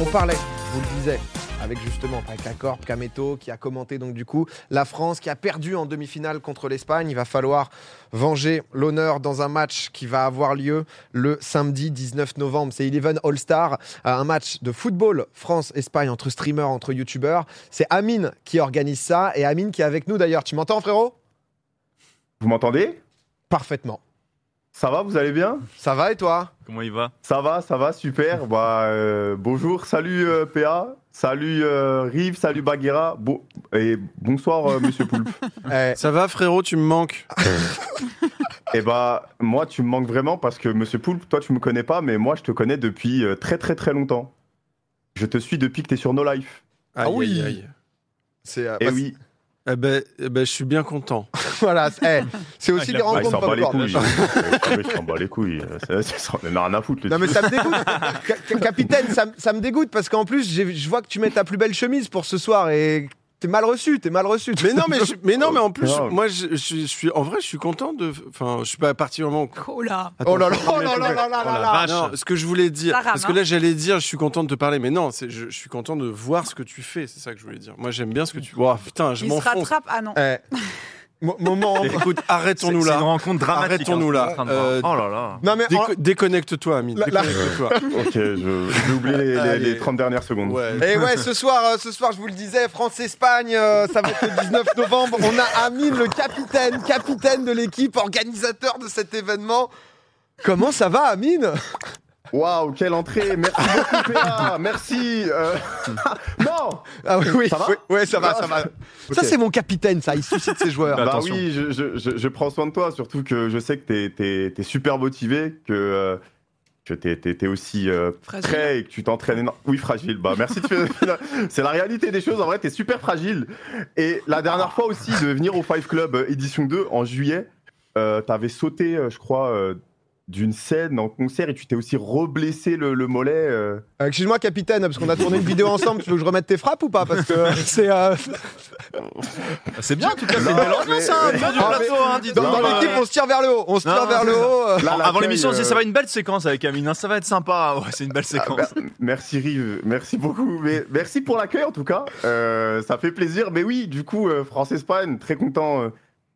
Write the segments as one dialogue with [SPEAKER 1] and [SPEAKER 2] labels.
[SPEAKER 1] On parlait, je vous le disais, avec justement Pacacorp, Cameto, qui a commenté donc du coup la France qui a perdu en demi-finale contre l'Espagne. Il va falloir venger l'honneur dans un match qui va avoir lieu le samedi 19 novembre. C'est Eleven All-Star, euh, un match de football France-Espagne entre streamers, entre youtubeurs. C'est Amine qui organise ça et Amine qui est avec nous d'ailleurs. Tu m'entends frérot
[SPEAKER 2] Vous m'entendez
[SPEAKER 1] Parfaitement.
[SPEAKER 2] Ça va, vous allez bien
[SPEAKER 1] Ça va et toi
[SPEAKER 3] Comment il va
[SPEAKER 2] Ça va, ça va, super. Bah, euh, bonjour, salut euh, PA, salut euh, Rive, salut Baguera, bo- et bonsoir euh, Monsieur Poulpe.
[SPEAKER 1] Eh,
[SPEAKER 4] Ça va frérot, tu me manques.
[SPEAKER 2] et bah, moi, tu me manques vraiment parce que Monsieur Poulpe, toi, tu me connais pas, mais moi, je te connais depuis euh, très très très longtemps. Je te suis depuis que t'es sur No Life.
[SPEAKER 1] Ah oui. C'est euh,
[SPEAKER 2] Et
[SPEAKER 1] bah,
[SPEAKER 2] oui,
[SPEAKER 4] Eh ben, eh ben, je suis bien content.
[SPEAKER 1] Voilà, c'est- eh, c'est aussi
[SPEAKER 3] il
[SPEAKER 1] des
[SPEAKER 3] a- bah,
[SPEAKER 2] bah, il
[SPEAKER 1] rencontres
[SPEAKER 2] s'en bat les
[SPEAKER 1] popcorn.
[SPEAKER 2] couilles. Ah, mais Il s'en bat les couilles. Ça, ça, ça, on en a rien à foutre. le
[SPEAKER 1] Non mais
[SPEAKER 2] type.
[SPEAKER 1] ça me dégoûte, Ca- ca- capitaine, ça, me- ça me dégoûte parce qu'en plus j'ai- je vois que tu mets ta plus belle chemise pour ce soir et t'es mal reçu, t'es mal reçu.
[SPEAKER 4] Mais non, mais, je- mais, non, mais en plus,
[SPEAKER 2] Non.
[SPEAKER 4] moi, je, je suis- je suis, en vrai, je suis content de. Enfin, je suis pas particulièrement.
[SPEAKER 5] Oh là
[SPEAKER 1] Oh là là, oh là là là là là
[SPEAKER 3] Oh la
[SPEAKER 1] là.
[SPEAKER 3] vache.
[SPEAKER 4] Non, ce que je voulais dire,
[SPEAKER 5] Ça rame,
[SPEAKER 4] parce que
[SPEAKER 5] hein.
[SPEAKER 4] là j'allais dire, je suis content de te parler, mais non, c'est- je, je suis content de voir ce que tu fais, c'est ça que je voulais dire. Moi j'aime bien ce que tu. Ouah, putain, je
[SPEAKER 5] Il se
[SPEAKER 4] m'enfonce.
[SPEAKER 5] rattrape Ah non
[SPEAKER 1] Eh, mo- moment.
[SPEAKER 4] Écoute,
[SPEAKER 3] C'est
[SPEAKER 4] arrêtons-nous
[SPEAKER 3] c'est une
[SPEAKER 4] là.
[SPEAKER 3] rencontre dramatique.
[SPEAKER 4] Arrêtons-nous
[SPEAKER 3] hein,
[SPEAKER 4] là.
[SPEAKER 3] je suis en train de voir.
[SPEAKER 4] Euh,
[SPEAKER 3] oh là là.
[SPEAKER 1] Non mais en-
[SPEAKER 4] Déco- Déconnecte-toi, Amine.
[SPEAKER 1] La- la-
[SPEAKER 4] Déconnecte-toi.
[SPEAKER 2] Ok, je- j'ai oublié les, les- les 30 dernières secondes.
[SPEAKER 4] Ouais.
[SPEAKER 1] Et ouais, ce soir, euh, ce soir, je vous le disais, France-Espagne, euh, ça va être le 19 novembre. On a Amine, le capitaine, capitaine de l'équipe, organisateur de cet événement. Comment ça va, Amine
[SPEAKER 2] Waouh, quelle entrée Merci beaucoup, PA Merci euh, Ah, Non
[SPEAKER 1] Ah oui, oui,
[SPEAKER 2] Ça va
[SPEAKER 1] oui, ouais, ça va, ça va. Ça,
[SPEAKER 2] Ok.
[SPEAKER 1] c'est mon capitaine, ça. Il suscite ses joueurs.
[SPEAKER 3] Bah,
[SPEAKER 2] Bah
[SPEAKER 3] attention.
[SPEAKER 2] oui, je, je- je- je prends soin de toi, surtout que je sais que t'es es, super motivé, que, euh, que t'es es, aussi euh,
[SPEAKER 5] Fragile.
[SPEAKER 2] prêt et que tu t'entraînes énormément. Oui, fragile, bah merci de faire. C'est la réalité des choses, en vrai, t'es super fragile. Et la dernière fois aussi de venir au Five Club euh, édition 2 en juillet, euh, t'avais sauté, euh, je crois, euh, d'une scène en concert et tu t'es aussi reblessé le, le mollet. euh.
[SPEAKER 1] Euh, Excuse-moi, capitaine, parce qu'on a tourné une vidéo ensemble. Tu veux que je remette tes frappes ou pas Parce que euh, c'est. euh,
[SPEAKER 3] C'est bien en tout cas, c'est une
[SPEAKER 2] Non,
[SPEAKER 3] belle ambiance.
[SPEAKER 2] mais-
[SPEAKER 3] hein,
[SPEAKER 2] mais-
[SPEAKER 3] bien du
[SPEAKER 1] Ah,
[SPEAKER 3] plateau, hein, dis
[SPEAKER 1] Dans,
[SPEAKER 3] donc.
[SPEAKER 1] dans
[SPEAKER 4] bah,
[SPEAKER 1] l'équipe, on se tire vers le haut. On se
[SPEAKER 3] Non,
[SPEAKER 1] tire vers le
[SPEAKER 3] c'est ça.
[SPEAKER 1] haut. euh.
[SPEAKER 2] Là,
[SPEAKER 3] Avant
[SPEAKER 2] l'accueil,
[SPEAKER 3] l'émission, on disait,
[SPEAKER 2] euh,
[SPEAKER 3] ça va être une belle séquence avec Amine. hein, Ça va être sympa. Ouais, c'est une belle séquence.
[SPEAKER 2] Ah, mer- merci Rive, merci beaucoup. Mais merci pour l'accueil en tout cas. Euh, ça fait plaisir. Mais oui, du coup, euh, France-Espagne, très content euh,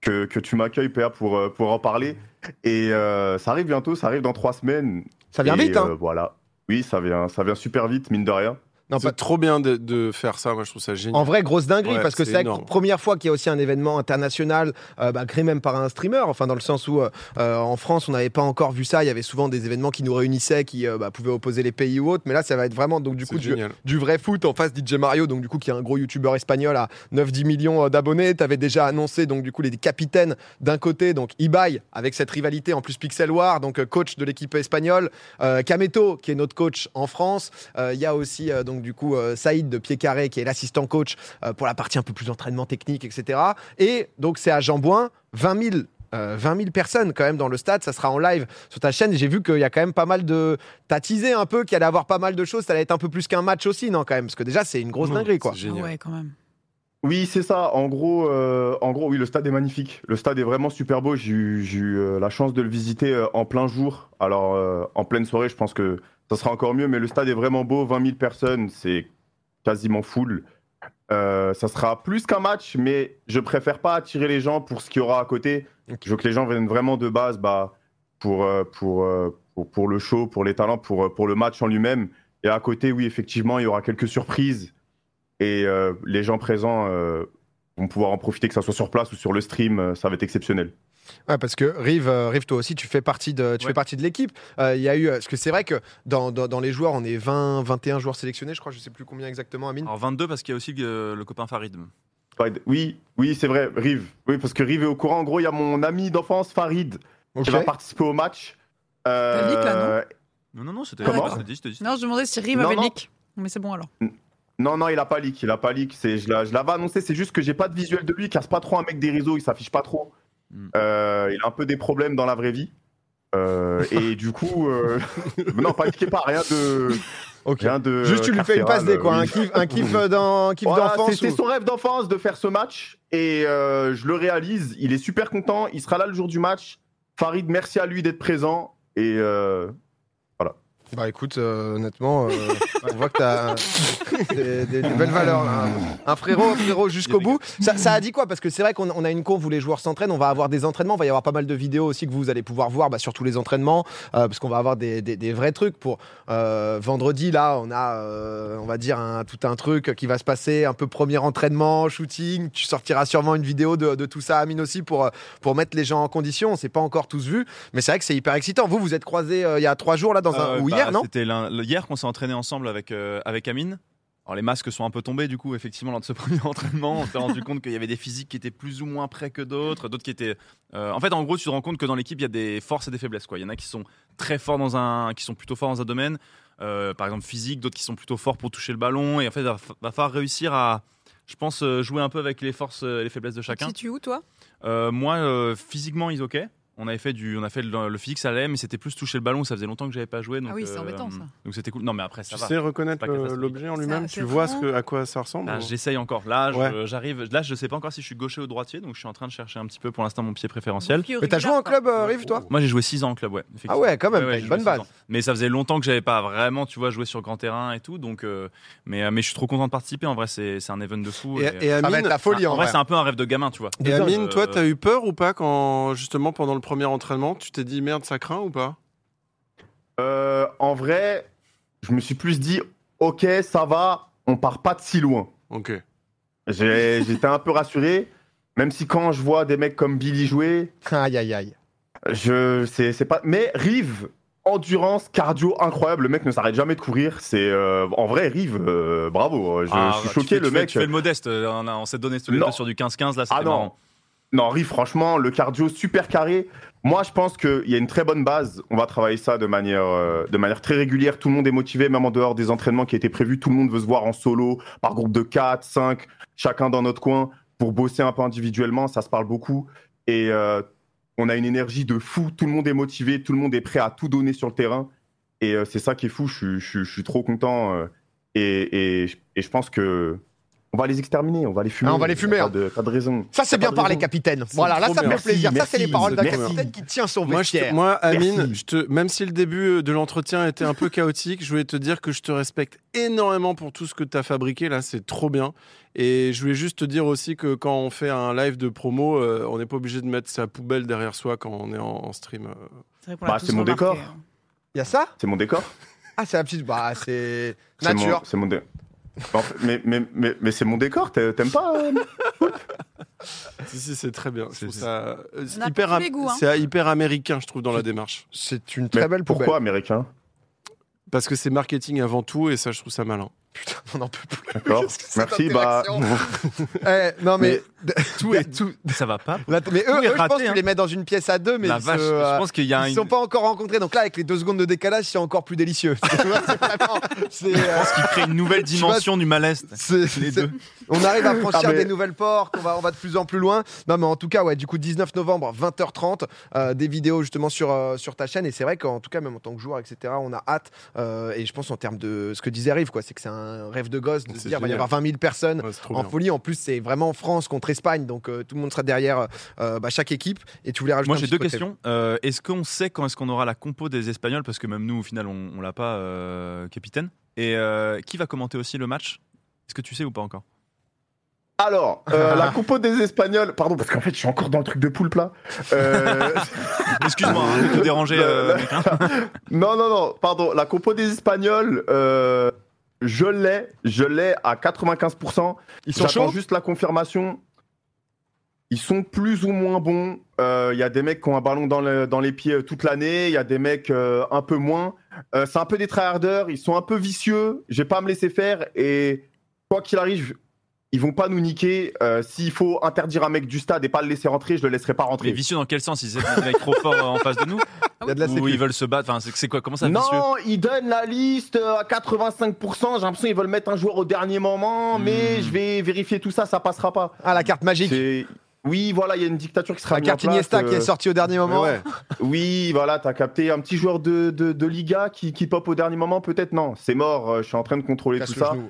[SPEAKER 2] que, que tu m'accueilles, PA, pour, euh, pour en parler. Et euh, ça arrive bientôt, ça arrive dans trois semaines.
[SPEAKER 1] Ça vient
[SPEAKER 2] Et,
[SPEAKER 1] vite, hein.
[SPEAKER 2] euh, voilà. Oui, ça vient, ça vient super vite, mine de rien.
[SPEAKER 1] Non,
[SPEAKER 4] C'est
[SPEAKER 1] pas-
[SPEAKER 4] trop bien de, de faire ça, moi je trouve ça génial.
[SPEAKER 1] En vrai, grosse dinguerie,
[SPEAKER 4] Ouais,
[SPEAKER 1] parce que
[SPEAKER 4] c'est
[SPEAKER 1] c'est la
[SPEAKER 4] énorme.
[SPEAKER 1] première fois qu'il y a aussi un événement international euh, bah, créé même par un streamer, enfin dans le sens où euh, euh, en France, on n'avait pas encore vu ça, il y avait souvent des événements qui nous réunissaient, qui euh, bah, pouvaient opposer les pays ou autres, mais là, ça va être vraiment donc du
[SPEAKER 4] C'est
[SPEAKER 1] coup du,
[SPEAKER 4] génial.
[SPEAKER 1] du vrai foot en face DJ Mario, donc du coup qui est un gros youtubeur espagnol à 9-10 millions euh, d'abonnés, t'avais déjà annoncé donc du coup les capitaines d'un côté, donc Ibai avec cette rivalité en plus Pixel War, donc euh, coach de l'équipe espagnole, euh, Kameto qui est notre coach en France, Euh, il y a aussi euh, donc du coup euh, Saïd de Pied Carré qui est l'assistant coach euh, pour la partie un peu plus entraînement technique, etc. Et donc c'est à Jambouin, 20 000. euh, 20 000 personnes quand même dans le stade, ça sera en live sur ta chaîne. J'ai vu qu'il y a quand même pas mal de. T'as teasé un peu qu'il allait avoir pas mal de choses, ça allait être un peu plus qu'un match aussi, non, quand même Parce que déjà, c'est une grosse
[SPEAKER 4] Non,
[SPEAKER 1] dinguerie, quoi.
[SPEAKER 4] c'est
[SPEAKER 5] Ah
[SPEAKER 4] génial.
[SPEAKER 5] ouais, quand même.
[SPEAKER 2] Oui, c'est ça. En gros, euh, en gros, oui, le stade est magnifique. Le stade est vraiment super beau. J'ai eu, j'ai eu, euh, la chance de le visiter euh, en plein jour. Alors, euh, en pleine soirée, je pense que ça sera encore mieux. Mais le stade est vraiment beau. 20 000 personnes, c'est quasiment full. Euh, ça sera plus qu'un match, mais je préfère pas attirer les gens pour ce qu'il y aura à côté.
[SPEAKER 1] Ok.
[SPEAKER 2] Je veux que les gens viennent vraiment de base bah, pour, euh, pour, euh, pour, pour le show, pour les talents, pour, euh, pour le match en lui-même. Et à côté, oui, effectivement, il y aura quelques surprises. Et euh, les gens présents euh, vont pouvoir en profiter, que ça soit sur place ou sur le stream. euh, ça va être exceptionnel.
[SPEAKER 1] Ouais, parce que Rive, euh, Rive, toi aussi, tu fais partie de, tu
[SPEAKER 3] Ouais.
[SPEAKER 1] fais partie de l'équipe. Euh, Il y a eu, euh, parce que c'est vrai que dans, dans, dans les joueurs, on est 20, 21 joueurs sélectionnés, je crois, je sais plus combien exactement, Amine.
[SPEAKER 3] Alors 22 parce qu'il y a aussi euh, le copain Farid.
[SPEAKER 2] Farid- Oui, oui, c'est vrai, Rive. Oui, parce que Rive est au courant. En gros, il y a mon ami d'enfance, Farid,
[SPEAKER 1] Ok.
[SPEAKER 2] qui va participer au match. Euh,
[SPEAKER 5] T'as le leak, là,
[SPEAKER 3] Non, non, non, c'était.
[SPEAKER 2] Comment
[SPEAKER 3] je te dis, je te dis.
[SPEAKER 5] Non, je demandais si Rim
[SPEAKER 2] Non,
[SPEAKER 5] avait
[SPEAKER 2] non.
[SPEAKER 5] le nick. Mais c'est bon alors.
[SPEAKER 2] non, non, il a pas leak. Il a pas leak. C'est, je, l'a- je l'avais annoncé. C'est juste que j'ai pas de visuel de lui. Il casse pas trop un mec des réseaux. Il s'affiche pas trop.
[SPEAKER 3] Mm.
[SPEAKER 1] Hmm.
[SPEAKER 2] Euh, il a un peu des problèmes dans la vraie vie. Euh, et du coup, euh, non, paniquez pas. Rien de,
[SPEAKER 1] Ok.
[SPEAKER 2] rien de.
[SPEAKER 1] Juste, tu lui fais une passe des
[SPEAKER 2] carcéral,
[SPEAKER 1] quoi. Un
[SPEAKER 2] oui.
[SPEAKER 1] kiff, un kiff, euh, dans- un kiff
[SPEAKER 2] Voilà,
[SPEAKER 1] d'enfance.
[SPEAKER 2] C'était
[SPEAKER 1] ou-
[SPEAKER 2] son rêve d'enfance de faire ce match et euh, je le réalise. Il est super content. Il sera là le jour du match. Farid, merci à lui d'être présent et euh,
[SPEAKER 1] Bah écoute, euh, honnêtement, euh, on voit que t'as euh, des, des- des belles valeurs. là. Un frérot, un frérot jusqu'au bout. Ça, ça a dit quoi Parce que c'est vrai qu'on on a une conf où les joueurs s'entraînent. On va avoir des entraînements. Il va y avoir pas mal de vidéos aussi que vous allez pouvoir voir bah, sur tous les entraînements. euh, parce qu'on va avoir des, des- des vrais trucs pour euh, vendredi. Là, on a, euh, on va dire, un- tout un truc qui va se passer. Un peu premier entraînement, shooting. Tu sortiras sûrement une vidéo de, de tout ça, Amine aussi, pour, euh, pour mettre les gens en condition. On s'est pas encore tous vus. Mais c'est vrai que c'est hyper excitant. Vous, vous êtes croisés euh, il y a trois jours là dans un.
[SPEAKER 3] Euh,
[SPEAKER 1] ou
[SPEAKER 3] bah,
[SPEAKER 1] hier, non
[SPEAKER 3] C'était l'un- le- hier qu'on s'est entraîné ensemble avec, euh, avec Amine. Alors les masques sont un peu tombés du coup effectivement lors de ce premier entraînement on s'est rendu compte qu'il y avait des physiques qui étaient plus ou moins près que d'autres, d'autres qui étaient euh, en fait en gros tu te rends compte que dans l'équipe il y a des forces et des faiblesses quoi. Il y en a qui sont très forts dans un qui sont plutôt forts dans un domaine euh, par exemple physique, d'autres qui sont plutôt forts pour toucher le ballon et en fait va, va falloir réussir à je pense euh, jouer un peu avec les forces et les faiblesses de chacun.
[SPEAKER 5] Si tu où, toi
[SPEAKER 3] Euh, moi, euh, physiquement, ils ok. On avait fait du, on a fait le, le physique, ça allait, mais c'était plus toucher le ballon. Ça faisait longtemps que j'avais pas joué. Donc, euh,
[SPEAKER 5] Ah oui, c'est embêtant, ça.
[SPEAKER 3] Donc c'était cool. Non, mais après ça
[SPEAKER 4] Tu
[SPEAKER 3] va.
[SPEAKER 4] sais reconnaître
[SPEAKER 3] Pas que ça
[SPEAKER 4] euh,
[SPEAKER 3] se Ben, pique.
[SPEAKER 4] l'objet en
[SPEAKER 5] Ça,
[SPEAKER 4] lui-même,
[SPEAKER 5] c'est
[SPEAKER 4] tu vois ce
[SPEAKER 5] vraiment-
[SPEAKER 4] que, à quoi ça ressemble hein.
[SPEAKER 3] Là,
[SPEAKER 4] ou-
[SPEAKER 3] Ah, j'essaye encore. Là, je-
[SPEAKER 4] Ouais.
[SPEAKER 3] j'arrive. Là, je sais pas encore si je suis gaucher ou droitier, donc je suis en train de chercher un petit peu pour l'instant mon pied préférentiel.
[SPEAKER 5] Fury
[SPEAKER 1] Mais t'as joué en
[SPEAKER 5] Dark,
[SPEAKER 1] club, euh, Rive, toi
[SPEAKER 3] Moi, j'ai joué 6 ans en club, ouais.
[SPEAKER 1] Ah
[SPEAKER 3] effectivement.
[SPEAKER 1] ouais, quand même,
[SPEAKER 3] Ouais,
[SPEAKER 1] t'as
[SPEAKER 3] ouais,
[SPEAKER 1] une
[SPEAKER 3] j'ai
[SPEAKER 1] bonne
[SPEAKER 3] joué six
[SPEAKER 1] base.
[SPEAKER 3] ans. Mais ça faisait longtemps que j'avais pas vraiment, tu vois, joué sur grand terrain et tout. Donc, euh, mais, euh, mais je suis trop content de participer. En vrai, c'est c'est un event de fou.
[SPEAKER 4] Et,
[SPEAKER 3] et- Ah,
[SPEAKER 4] et
[SPEAKER 1] Ça va être
[SPEAKER 4] Amine,
[SPEAKER 1] la folie
[SPEAKER 3] en
[SPEAKER 1] en
[SPEAKER 3] vrai,
[SPEAKER 1] vrai.
[SPEAKER 3] c'est un peu un rêve de gamin, tu vois.
[SPEAKER 4] et Amine,
[SPEAKER 3] Euh,
[SPEAKER 4] toi, t'as eu peur ou pas quand, justement, pendant le premier entraînement, tu t'es dit merde, ça craint ou pas
[SPEAKER 2] Euh, en vrai, je me suis plus dit, ok, ça va, on part pas de si loin.
[SPEAKER 4] Ok.
[SPEAKER 2] J'ai- J'étais un peu rassuré, même si quand je vois des mecs comme Billy jouer,
[SPEAKER 1] Aïe, aïe, aïe.
[SPEAKER 2] je c'est c'est pas. Mais Rive, endurance, cardio incroyable, le mec ne s'arrête jamais de courir. C'est euh, en vrai Rive, euh, bravo. Je,
[SPEAKER 3] Ah,
[SPEAKER 2] je suis
[SPEAKER 3] tu
[SPEAKER 2] choqué,
[SPEAKER 3] fais-
[SPEAKER 2] le
[SPEAKER 3] tu fais-
[SPEAKER 2] mec.
[SPEAKER 3] Tu fais le modeste. euh, On, a- on s'est donné tous les
[SPEAKER 2] Non.
[SPEAKER 3] deux sur du 15-15 là.
[SPEAKER 2] Ah
[SPEAKER 3] c'était
[SPEAKER 2] non.
[SPEAKER 3] marrant.
[SPEAKER 2] Non, Riff, franchement, le cardio super carré. Moi, je pense qu'il y a une très bonne base. On va travailler ça de manière, euh, de manière très régulière. Tout le monde est motivé, même en dehors des entraînements qui étaient prévus. Tout le monde veut se voir en solo, par groupe de 4, 5, chacun dans notre coin, pour bosser un peu individuellement. Ça se parle beaucoup. Et euh, on a une énergie de fou. Tout le monde est motivé. Tout le monde est prêt à tout donner sur le terrain. Et euh, c'est ça qui est fou. Je, suis- je suis- je suis trop content. euh, et, et je- et je pense que. On va les exterminer, on va les fumer.
[SPEAKER 1] Ah, on va les fumer,
[SPEAKER 2] Pas
[SPEAKER 1] hein.
[SPEAKER 2] de- pas de raison.
[SPEAKER 1] Ça, c'est
[SPEAKER 2] Pas
[SPEAKER 1] bien
[SPEAKER 2] de
[SPEAKER 1] parlé,
[SPEAKER 2] raison.
[SPEAKER 1] capitaine.
[SPEAKER 4] C'est
[SPEAKER 1] Voilà, là,
[SPEAKER 4] trop
[SPEAKER 1] ça me
[SPEAKER 4] bien.
[SPEAKER 1] fait plaisir.
[SPEAKER 2] Merci,
[SPEAKER 1] ça, c'est les
[SPEAKER 2] merci,
[SPEAKER 1] paroles d'un
[SPEAKER 4] c'est trop
[SPEAKER 1] capitaine qui tient son
[SPEAKER 4] Moi, je te-
[SPEAKER 1] vestiaire.
[SPEAKER 4] moi, Amine,
[SPEAKER 2] Merci.
[SPEAKER 4] je te, même si le début euh, de l'entretien était un peu chaotique, je voulais te dire que je te respecte énormément pour tout ce que tu as fabriqué. Là, c'est trop bien. Et je voulais juste te dire aussi que quand on fait un live de promo, euh, on n'est pas obligé de mettre sa poubelle derrière soi quand on est en, en stream. euh.
[SPEAKER 5] C'est vrai qu'on l'a
[SPEAKER 2] Bah,
[SPEAKER 5] tous
[SPEAKER 2] c'est mon
[SPEAKER 5] remarqué,
[SPEAKER 2] décor.
[SPEAKER 5] hein.
[SPEAKER 1] Il y a ça
[SPEAKER 2] C'est mon décor.
[SPEAKER 1] Ah, c'est la petite. Bah, c'est.
[SPEAKER 2] C'est mon-
[SPEAKER 1] Nature.
[SPEAKER 2] C'est mon, dé- En fait, mais mais, mais, mais c'est mon décor, t'a- t'aimes pas euh
[SPEAKER 4] Si, si, c'est très bien. Je
[SPEAKER 3] C'est-
[SPEAKER 4] trouve
[SPEAKER 3] c'est-
[SPEAKER 4] ça, euh,
[SPEAKER 5] On a
[SPEAKER 4] hyper,
[SPEAKER 5] tous
[SPEAKER 4] am-
[SPEAKER 5] les goûts, hein.
[SPEAKER 4] c'est hyper américain, je trouve, dans la démarche.
[SPEAKER 1] C'est une
[SPEAKER 2] Mais
[SPEAKER 1] très belle
[SPEAKER 2] Pourquoi
[SPEAKER 1] poubelle.
[SPEAKER 2] américain
[SPEAKER 4] Parce que c'est marketing avant tout, et ça, je trouve ça malin.
[SPEAKER 1] Putain, on en peut plus.
[SPEAKER 2] D'accord.
[SPEAKER 1] Qu'est-ce que c'est
[SPEAKER 2] Merci,
[SPEAKER 1] cette
[SPEAKER 2] bah.
[SPEAKER 1] Eh, non, mais.
[SPEAKER 3] Tout et tout. Ça va pas.
[SPEAKER 1] là, mais eux,
[SPEAKER 3] Tout est
[SPEAKER 1] eux, je pense
[SPEAKER 3] raté,
[SPEAKER 1] que tu
[SPEAKER 3] hein.
[SPEAKER 1] les mets dans une pièce à deux, mais
[SPEAKER 3] La
[SPEAKER 1] ils se,
[SPEAKER 3] vache.
[SPEAKER 1] euh,
[SPEAKER 3] Je pense qu'il y a
[SPEAKER 1] ils
[SPEAKER 3] une.
[SPEAKER 1] sont pas encore rencontrés. Donc là, avec les deux secondes de décalage, c'est encore plus délicieux. Tu vois, c'est vraiment- c'est,
[SPEAKER 3] Je
[SPEAKER 1] euh,
[SPEAKER 3] pense qu'il crée une nouvelle
[SPEAKER 1] Je sais pas
[SPEAKER 3] dimension du malaise.
[SPEAKER 1] c'est-
[SPEAKER 3] Les
[SPEAKER 1] c'est-
[SPEAKER 3] deux.
[SPEAKER 1] On arrive à franchir
[SPEAKER 2] Ah, mais-
[SPEAKER 1] des nouvelles portes, on va, on va de plus en plus loin. Non, mais en tout cas, ouais, du coup, 19 novembre, 20h30, euh, des vidéos justement sur, euh, sur ta chaîne. Et c'est vrai qu'en tout cas, même en tant que joueur, etc., on a hâte. Euh, et je pense en termes de ce que disait Rive, quoi, c'est que c'est un rêve de gosse de se
[SPEAKER 4] C'est
[SPEAKER 1] dire, il va y
[SPEAKER 4] génial.
[SPEAKER 1] avoir 20 000 personnes.
[SPEAKER 4] Ouais, c'est trop
[SPEAKER 1] En
[SPEAKER 4] bien.
[SPEAKER 1] folie, en plus, c'est vraiment France contre Espagne, donc euh, tout le monde sera derrière euh, bah, chaque équipe. Et tu voulais rajouter
[SPEAKER 3] Moi,
[SPEAKER 1] un
[SPEAKER 3] j'ai
[SPEAKER 1] petit
[SPEAKER 3] deux
[SPEAKER 1] côté.
[SPEAKER 3] questions. Euh, est-ce qu'on sait quand est-ce qu'on aura la compo des Espagnols Parce que même nous, au final, on, on l'a pas, euh, capitaine. Et euh, qui va commenter aussi le match Est-ce que tu sais ou pas encore
[SPEAKER 2] Alors, euh, la compo des Espagnols. Pardon, parce qu'en fait, je suis encore dans le truc de poulpe là. Euh,
[SPEAKER 3] Excuse-moi hein, de te déranger.
[SPEAKER 2] Le- le-
[SPEAKER 3] euh, mec, hein.
[SPEAKER 2] non, non, non, pardon. La compo des Espagnols, euh, je l'ai. Je l'ai à 95%.
[SPEAKER 1] Ils sont
[SPEAKER 2] J'attends
[SPEAKER 1] chauds
[SPEAKER 2] juste la confirmation. Ils sont plus ou moins bons. Euh, Il y a des mecs qui ont un ballon dans, le- dans les pieds euh, toute l'année. Il y a des mecs euh, un peu moins. Euh, c'est un peu des tryharders. Ils sont un peu vicieux. Je vais pas à me laisser faire. Et quoi qu'il arrive, ils vont pas nous niquer. Euh, S'il faut interdire un mec du stade et pas le laisser rentrer, je le laisserai pas
[SPEAKER 3] Mais
[SPEAKER 2] rentrer.
[SPEAKER 3] vicieux dans quel sens Ils essaient de mettre trop fort euh, en face de nous
[SPEAKER 1] Ah Il y a de la
[SPEAKER 3] Ou
[SPEAKER 1] sécu.
[SPEAKER 3] ils veulent se battre Enfin, c'est, c'est quoi Comment ça, vicieux
[SPEAKER 2] Non, ils donnent la liste euh, à 85%. J'ai l'impression qu'ils veulent mettre un joueur au dernier moment, mais
[SPEAKER 3] Hmm.
[SPEAKER 2] je vais vérifier tout ça, ça passera pas.
[SPEAKER 1] Ah, la carte magique.
[SPEAKER 2] C'est- Oui, voilà, il y a une dictature qui sera
[SPEAKER 1] La
[SPEAKER 2] mise en
[SPEAKER 1] carte Iniesta
[SPEAKER 2] place,
[SPEAKER 1] qui est
[SPEAKER 2] euh,
[SPEAKER 1] sortie au dernier
[SPEAKER 4] Mais
[SPEAKER 1] moment.
[SPEAKER 4] ouais.
[SPEAKER 2] Oui, voilà, t'as capté un petit joueur de, de, de Liga qui, qui pop au dernier moment, peut-être non, c'est mort, euh, je suis en train de contrôler
[SPEAKER 1] Casse
[SPEAKER 2] tout
[SPEAKER 1] le
[SPEAKER 2] ça.
[SPEAKER 1] genou.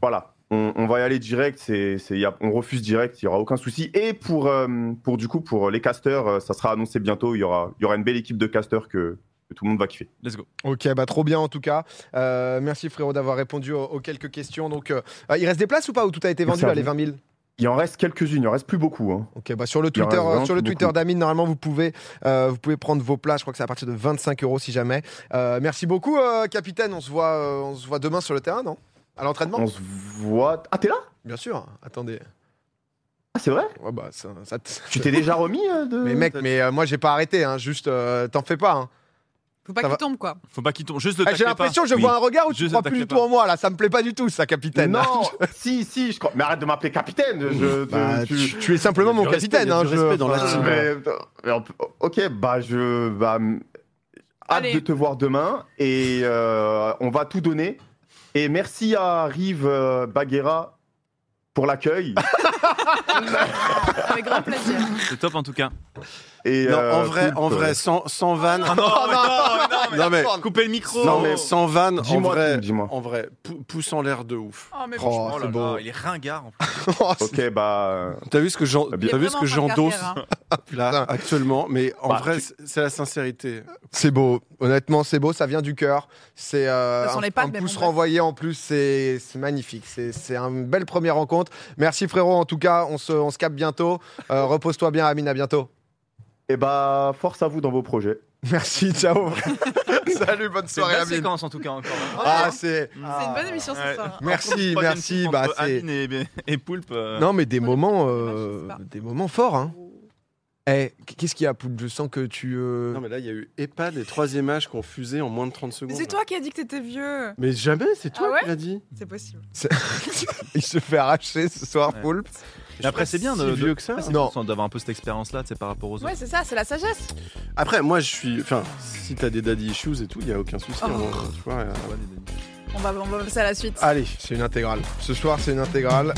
[SPEAKER 2] Voilà, on, on va y aller direct, c'est, c'est, y a- on refuse direct, il n'y aura aucun souci. Et pour, euh, pour du coup, pour les casteurs, euh, ça sera annoncé bientôt, il y aura, il y aura une belle équipe de casteurs que, que que tout le monde va kiffer.
[SPEAKER 3] Let's go.
[SPEAKER 1] Ok, bah trop bien en tout cas. Euh, merci frérot d'avoir répondu aux, aux quelques questions. Donc, euh, euh, il reste des places ou pas où tout a été
[SPEAKER 2] Merci
[SPEAKER 1] vendu là,
[SPEAKER 2] à
[SPEAKER 1] les
[SPEAKER 2] vous.
[SPEAKER 1] 20 000
[SPEAKER 2] Il en reste quelques-unes, il en reste plus beaucoup. hein.
[SPEAKER 1] Ok, bah sur le
[SPEAKER 2] Il y en
[SPEAKER 1] Twitter,
[SPEAKER 2] reste vraiment
[SPEAKER 1] sur le
[SPEAKER 2] beaucoup.
[SPEAKER 1] Twitter d'Amine, normalement vous pouvez, euh, vous pouvez prendre vos places. Je crois que c'est à partir de 25 euros si jamais. Euh, merci beaucoup, euh, capitaine. On se voit, euh, on se voit demain sur le terrain, non À l'entraînement
[SPEAKER 2] On se voit. Ah, t'es là
[SPEAKER 1] Bien sûr. Attendez.
[SPEAKER 2] Ah, c'est vrai
[SPEAKER 1] Ouais, bah, ça, ça te-
[SPEAKER 2] Tu t'es déjà remis euh, de.
[SPEAKER 1] Mais mec, mais euh, moi j'ai pas arrêté. Hein, juste, euh, t'en fais pas. hein.
[SPEAKER 5] Faut pas
[SPEAKER 1] Ça
[SPEAKER 5] qu'il
[SPEAKER 1] va.
[SPEAKER 5] tombe, quoi.
[SPEAKER 3] Faut pas qu'il tombe. Juste le
[SPEAKER 1] Ah, j'ai
[SPEAKER 3] tacler
[SPEAKER 1] l'impression,
[SPEAKER 3] pas.
[SPEAKER 1] que je
[SPEAKER 3] Oui.
[SPEAKER 1] vois un regard où tu
[SPEAKER 3] Juste
[SPEAKER 1] crois
[SPEAKER 3] ne
[SPEAKER 1] plus du
[SPEAKER 3] taclez
[SPEAKER 1] tout
[SPEAKER 3] pas.
[SPEAKER 1] en moi là. Ça me plaît pas du tout, ça, capitaine.
[SPEAKER 2] Non, si, si, je crois. Mais arrête de m'appeler capitaine. Je,
[SPEAKER 1] Bah,
[SPEAKER 2] tu-
[SPEAKER 1] tu, tu es simplement
[SPEAKER 4] Il y a
[SPEAKER 1] mon
[SPEAKER 4] du respect,
[SPEAKER 1] capitaine.
[SPEAKER 4] il y a
[SPEAKER 1] hein,
[SPEAKER 4] du
[SPEAKER 1] je-
[SPEAKER 4] respect dans la
[SPEAKER 1] enfin,
[SPEAKER 2] Ah,
[SPEAKER 4] team.
[SPEAKER 2] mais- mais on peut- ok, bah je. Bah, m- hâte
[SPEAKER 5] Allez.
[SPEAKER 2] de te voir demain et euh, on va tout donner. Et merci à Rive euh, Baguera pour l'accueil.
[SPEAKER 5] Avec grand plaisir.
[SPEAKER 3] C'est top en tout cas.
[SPEAKER 2] Et,
[SPEAKER 4] Non, en
[SPEAKER 2] euh,
[SPEAKER 4] vrai,
[SPEAKER 2] Poulpe,
[SPEAKER 4] en vrai, sans, sans vanne.
[SPEAKER 1] Oh,
[SPEAKER 3] non, non,
[SPEAKER 4] Non, mais-
[SPEAKER 3] Oh. Coupez le micro. Oh.
[SPEAKER 4] Non, mais sans vanne, en
[SPEAKER 2] Dis-moi,
[SPEAKER 4] vrai,
[SPEAKER 2] Poulpe, dis-moi.
[SPEAKER 4] en vrai, pou- pousse en l'air de ouf.
[SPEAKER 5] Oh, mais
[SPEAKER 1] Oh,
[SPEAKER 3] Oh là
[SPEAKER 1] c'est
[SPEAKER 3] là,
[SPEAKER 1] beau.
[SPEAKER 3] il est ringard en plus.
[SPEAKER 1] Oh, c'est-
[SPEAKER 2] Ok, bah.
[SPEAKER 4] T'as vu ce que j'en-
[SPEAKER 2] Il
[SPEAKER 5] est
[SPEAKER 4] t'as vu ce
[SPEAKER 5] vraiment
[SPEAKER 4] que
[SPEAKER 5] en train de
[SPEAKER 4] j'endosse
[SPEAKER 5] faire, hein.
[SPEAKER 4] là actuellement, mais en
[SPEAKER 2] Bah,
[SPEAKER 4] vrai,
[SPEAKER 2] tu-
[SPEAKER 4] c'est- c'est la sincérité.
[SPEAKER 1] C'est beau, honnêtement, c'est beau, ça vient du cœur. C'est euh,
[SPEAKER 5] De toute
[SPEAKER 1] un,
[SPEAKER 5] façon, on n'est pas
[SPEAKER 1] un
[SPEAKER 5] le même
[SPEAKER 1] pouce
[SPEAKER 5] endroit.
[SPEAKER 1] renvoyé en plus, c'est c'est magnifique. C'est c'est une belle première rencontre. Merci frérot, en tout cas, on se, on se capte bientôt. Euh, Repose-toi bien, Amine, à bientôt.
[SPEAKER 2] Et bah, force à vous dans vos projets.
[SPEAKER 1] Merci, ciao. Salut, bonne
[SPEAKER 3] C'est une
[SPEAKER 1] soirée,
[SPEAKER 3] belle
[SPEAKER 1] Amine.
[SPEAKER 3] séquence en tout cas encore.
[SPEAKER 1] Ah, c'est.
[SPEAKER 5] C'est une bonne émission ce
[SPEAKER 3] Ouais.
[SPEAKER 5] soir.
[SPEAKER 1] Merci,
[SPEAKER 3] Troisième
[SPEAKER 1] merci.
[SPEAKER 3] type
[SPEAKER 1] Bah,
[SPEAKER 3] entre
[SPEAKER 1] c'est.
[SPEAKER 3] Amine et, et Poulpe. euh,
[SPEAKER 1] Non, mais des
[SPEAKER 5] Ouais,
[SPEAKER 1] moments,
[SPEAKER 5] je sais
[SPEAKER 1] euh,
[SPEAKER 5] pas.
[SPEAKER 1] des moments forts. Hein. Eh, qu'est-ce qu'il y a, Poulpe Je sens que tu. euh,
[SPEAKER 4] Non mais là, il y a eu EHPAD et troisième âge qui ont fusé en moins de 30
[SPEAKER 5] Mais
[SPEAKER 4] secondes.
[SPEAKER 5] c'est
[SPEAKER 4] là.
[SPEAKER 5] toi qui as dit que t'étais vieux.
[SPEAKER 4] Mais jamais, c'est toi
[SPEAKER 5] Ah ouais
[SPEAKER 4] qui l'as dit.
[SPEAKER 5] C'est possible.
[SPEAKER 1] Il se fait arracher ce soir,
[SPEAKER 3] Ouais.
[SPEAKER 1] Poulpe.
[SPEAKER 3] Mais après, c'est bien
[SPEAKER 4] si
[SPEAKER 3] de- de-
[SPEAKER 4] vieux que ça.
[SPEAKER 1] Non.
[SPEAKER 3] sans- d'avoir un peu cette expérience là, tu sais, par rapport aux autres.
[SPEAKER 5] Ouais, c'est ça, c'est la sagesse.
[SPEAKER 4] Après, moi, je suis. Enfin, si t'as des daddy issues et tout, il y a aucun souci.
[SPEAKER 5] Oh.
[SPEAKER 4] hein, tu vois, euh,
[SPEAKER 5] On va, on va passer à la suite.
[SPEAKER 1] Allez, c'est une intégrale. Ce soir, c'est une intégrale.